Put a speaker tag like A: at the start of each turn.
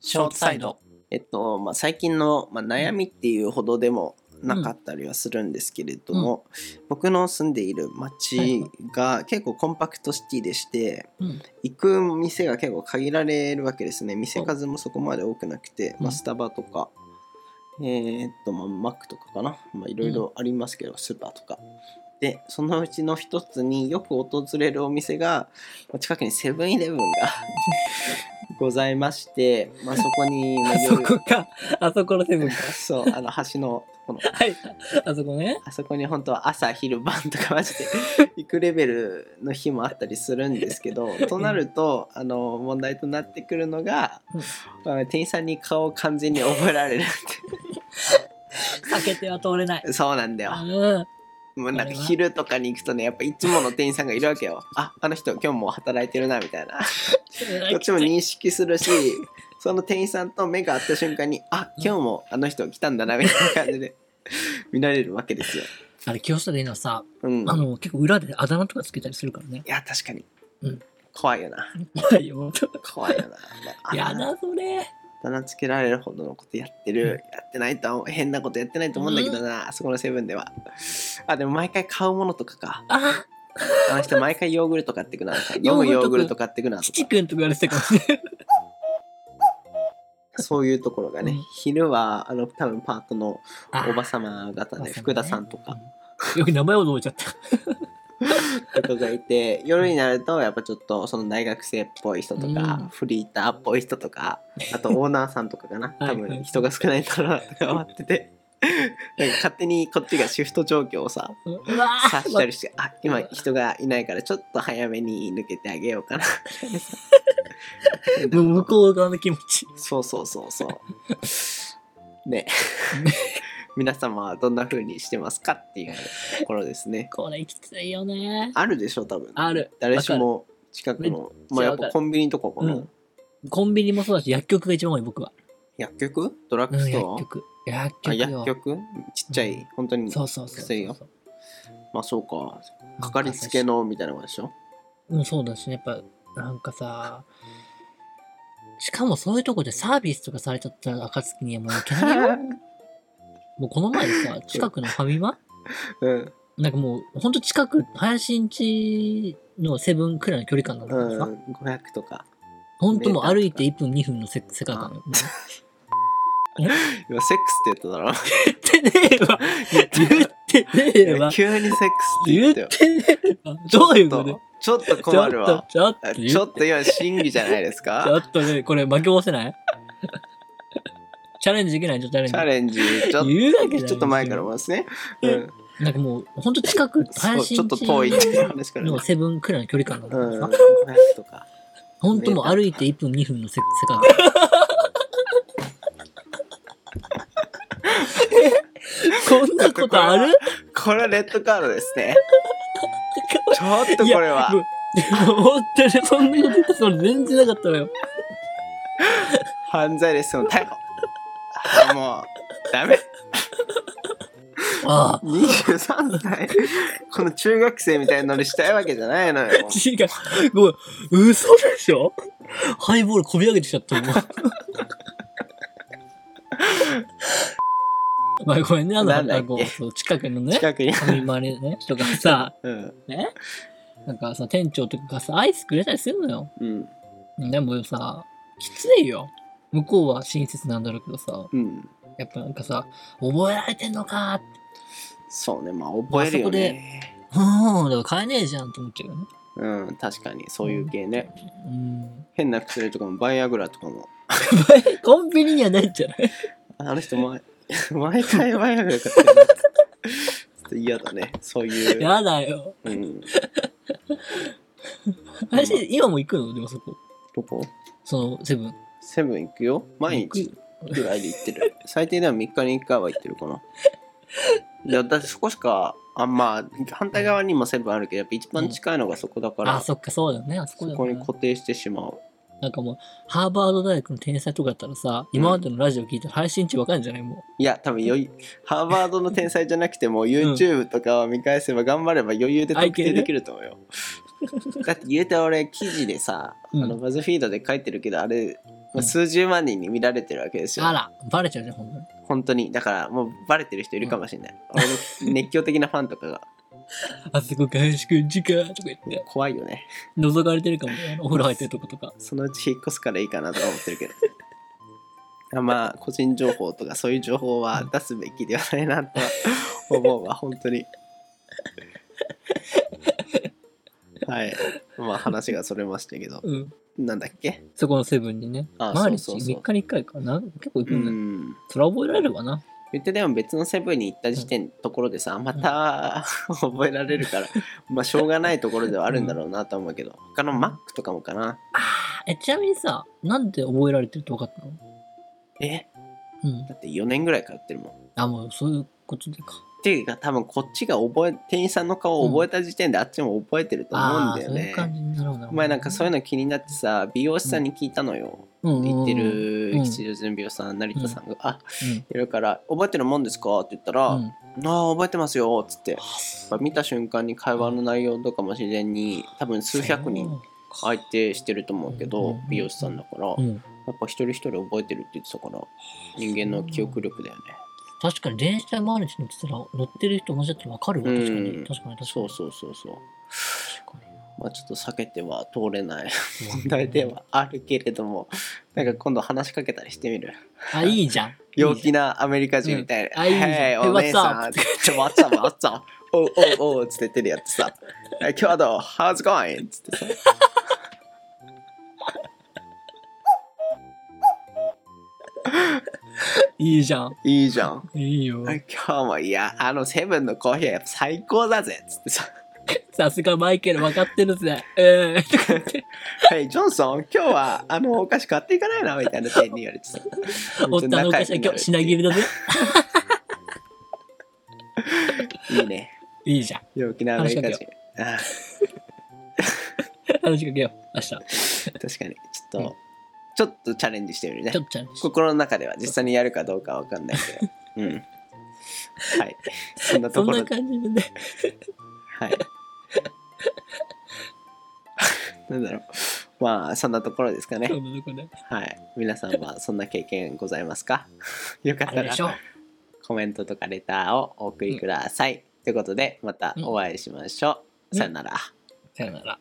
A: ショートサイド。
B: えっと、まあ、最近の、まあ、悩みっていうほどでもなかったりはするんですけれども、僕の住んでいる町が結構コンパクトシティでして、
A: うん
B: 行く店が結構限られるわけですね店数もそこまで多くなくて、ま
A: う
B: あ、
A: ん
B: スタバとか、えーっと、まあ、マックとかかなまあいろいろありますけど、スーパーとか。でそのうちの一つによく訪れるお店がまあ近くにセブンイレブンが ございまして、ま あ、そこにまあ
A: あそこか。あそこのセブンか。
B: そう、あの橋の、この、
A: はい。あそこね。
B: あそこに本当は朝、昼、晩とかマジで 行くレベルの日もあったりするんですけど、となると、あの、問題となってくるのが、あの店員さんに顔を完全に覚えられるっ
A: 避けては通れない
B: て。。そうなんだよ。
A: うん。
B: もうなんか
A: あれは
B: 昼とかに行くとね、やっぱいつもの店員さんがいるわけよ。あ、あの人今日もう働いてるな、みたいな。こっちも認識するし、その店員さんと目が合った瞬間に、あ、今日もあの人来たんだな、みたいな感じで見られるわけですよ。
A: あれ、清下でいいのはさ、
B: うん。
A: あの、結構裏であだ名とかつけたりするからね。
B: いや、確かに。
A: うん
B: 怖いよな。
A: はいよ。
B: 怖 いよな。あ
A: やだ、それ。
B: 棚つけられるほどのことやってる、やってないとは思う変なことやってないと思うんだけどな、あそこのセブンでは。あ、でも毎回買うものとかか。
A: あ、
B: あの人毎回ヨーグルト買ってくなとか、飲
A: ヨーグルト
B: むヨーグルト買ってくなと
A: 父
B: か、
A: くんとか言われてたかもしれない。
B: そういうところがね、
A: うん
B: 昼は、あの、多分パートの
A: あ
B: おば様方で、福田さんとか、。
A: うんよく名前を覚えちゃった。
B: とかがいて、夜になると、やっぱちょっと、その大学生っぽい人とか、
A: うん
B: フリーターっぽい人とか、あとオーナーさんとかかな
A: はい
B: 多分人が少ないだろうなとか思っててなんか勝手にこっちがシフト状況をさ
A: うわー
B: 察したりしてあ今人がいないからちょっと早めに抜けてあげようかな
A: もう 向こう側の気持ち。
B: そうそうそうそうね 皆様はどんな風にしてますかっていうところですね
A: これきついよね。
B: あるでしょ多分
A: ある。
B: 誰しも近くのまあやっぱコンビニとかかな、
A: うんコンビニもそうだし、薬局が一番多い、僕は。
B: 薬局ドラッ
A: う
B: グ
A: ん、
B: ス
A: 薬
B: ト
A: 局。薬
B: ア、
A: 局
B: あ
A: よ。
B: 薬局ちっちゃい、
A: うん
B: 本当に
A: そうそうそう
B: 薬よ
A: そう。
B: まあそうかかかりつけのみたいなことでしょ
A: うん、そうだしね。やっぱ、なんかさ、しかもそういうとこでサービスとかされちゃった暁にはもういけない よ。もうこの前さ、近くのファミマ
B: うん
A: なんかもう、ほんと近く、林んちのセブンくらいの距離感なんだけど
B: う
A: さ、
B: ん500とか
A: ほんともう歩いて1分2分のせ世界観なの。
B: 今セックスって言っただろ
A: 言ってねえわ言ってねえわ
B: 急にセックスって言っ
A: 言った
B: よ
A: てねえわどういうこと
B: ちょっと困るわ
A: ちょっと、ち
B: ち
A: ょ
B: ょ
A: っ
B: っと今審議じゃないです
A: と、 ちょ
B: か
A: っとね、これ巻き起こ せないチャレンジできないちょっとチャレン
B: チ
A: ジ
B: ャ。レンジちょっ
A: 言うわけじゃない
B: とちょっと前から思いますね、う
A: うん
B: ん、
A: なんかもう、ほんと近く、
B: そう
A: 林
B: ちょっ
A: ん
B: と
A: ち
B: 遠いっていう話からね
A: のセブンくらいの距離感なんだ
B: うん
A: けど
B: 500
A: さ、
B: とか
A: ほんともう歩いて1分2分の世世界観。えこんなことある
B: これはレッドカードですねちょっと
A: いや
B: これは
A: もう 本当にそんなこと言ってそれ全然なかったのよ。
B: 犯罪ですよ逮捕あもうダメ
A: ああ。
B: 23歳この中学生みたいなノリしたいわけじゃないのよ
A: 違う。ごめん。嘘でしょハイボールこび上げてきちゃった もん。まあごめんね、あの、
B: なんだ
A: な
B: っ
A: ん
B: け
A: かこうそう近くのね、
B: 近くに、
A: ファミマでね、人がさ、
B: うん
A: ね、なんかさ、店長とかがさ、アイスくれたりするのよ。
B: うん
A: でもさ、きついよ。向こうは親切なんだろうけどさ、
B: うん、
A: やっぱなんかさ、覚えられてんのかーって。
B: そうねまあ覚えるよね、
A: うーん、だから買えねえじゃんと思っちゃうよね。
B: うん確かにそういう系ね、
A: うん。
B: 変な薬とかもバイアグラとかも
A: コンビニにはないんじゃない
B: あの人毎毎回バイアグラ買ってるなちょっと嫌だねそういう、
A: やだよ。
B: うん、
A: 私、今も行くのでもそこ。
B: どこ
A: その、セブン。
B: セブン行くよ毎日ぐらいで行って る最低でも3日に1回は行ってるかなで私そこしかあまあ反対側にもセブンあるけどやっぱ一番近いのがそこだから、
A: あ、そっか、そうだよね。あそこ
B: そ
A: だ
B: こ
A: よ
B: に
A: ね。
B: 固定してしまう
A: なんかもう、ハーバード大学の天才とかだったらさ、今までのラジオ聞いたら配信中わかるんじゃないも
B: いや多分よいハーバードの天才じゃなくても YouTube とかを見返せば頑張れば余裕で特定できると思う よだって言うて俺記事でさ、
A: うん
B: あのバズフィードで書いてるけどあれまあ数十万人に見られてるわけですよ
A: あら、バレちゃうじゃん、ほんとに。
B: 本当にだからもうバレてる人いるかもしれない、俺の熱狂的なファンとか が
A: あそこ、林くん、時間とか言って、
B: 怖いよね
A: 覗かれてるかもね。お風呂入ってるとことか。
B: そのうち引っ越すからいいかなとか思ってるけど あまあ個人情報とかそういう情報は出すべきではないなとは思う わ本当にはいまあ話がそれましたけど
A: うん。
B: なんだっけ
A: そこのセブンにね。
B: あ
A: 毎日
B: そうそうそう
A: 3日に1回かな。結構行く
B: うん
A: だよ。
B: ん
A: それは覚えられるわな。
B: 言ってでも別のセブンに行った時点、ところでさまた 覚えられる からまあしょうがないところではあるんだろうなとは思うけど他のマックとかもかな
A: え、ちなみにさ、なんで覚えられてると分かったの
B: え
A: うん。
B: だって4年ぐらい通ってるもんっ
A: あ、もうそういうことでか。
B: ていうか多分こっちが覚え店員さんの顔を覚えた時点であっちも覚えてると思うんだよ
A: ああー、そうい
B: ね
A: う、感じになるほど。
B: お前なんかそういうの気になってさ美容師さんに聞いたのよ、って言ってる
A: うん
B: 吉祥寺の美容師さん成田さんが「あいるから覚えてるもんですか?」って言った
A: う
B: ら「
A: ん。うん。
B: ああ覚えてますよ」っつって
A: あす
B: まあ見た瞬間に会話の内容とかも自然に多分数百人相手してると思うけ
A: う
B: ど
A: ん
B: 美容師さんだからやっ
A: うん。
B: ぱ一人一人覚えてるって言ってたから人間の記憶力だよね
A: 確かに電車毎日乗ってたら乗ってる人同じだったら分かるわ、確か
B: うん
A: に。確かに、確かに。
B: そうそうそうそう
A: 確かに
B: まあちょっと避けては通れない問題ではあるけれども なんか今度話しかけたりしてみる
A: あ、いいじゃん。
B: 陽気なアメリカ人みたいな「
A: うんあいいじゃん
B: はい
A: Hey,
B: お姉さん」
A: what's
B: ちょ「わっちゃわっちゃ」「おうおうおう」っつって言ってるやつさ「今日はどう ?How's going?」っつってさ
A: いいじゃん。
B: いいじゃん
A: いいよ。
B: 今日もいやあのセブンのコーヒーはやっぱ最高だぜっつってさ
A: さすがマイケル分かってるぜ。え ー、とか言って、
B: 「はいジョンソン今日はあのお菓子買っていかないな」みたいな店員に言われてさ
A: おったのお菓子は今日品切れだぜ。
B: いいね
A: いいじゃん。
B: 陽気なアメリカ人あ
A: 話しかけよう。明日。ちょ
B: ー確かにちょっと、ちょっとチャレンジしてみるね
A: っとチャレンジ。
B: 心の中では実際にやるかどうかは分かんないけどうんはいそんな
A: そ
B: と
A: ん
B: ころ
A: な
B: で
A: 感じでね。
B: はい。 なんだろう。まあ、そんなところですかね
A: そ。んなとこね。
B: はい。皆さんはそんな経験ございますかよかっ
A: あ
B: た
A: れで
B: ら
A: しょ。
B: コメントとかレターをお送りください。ということで、またお会いしましょう。
A: うん
B: さよなら。
A: さよなら。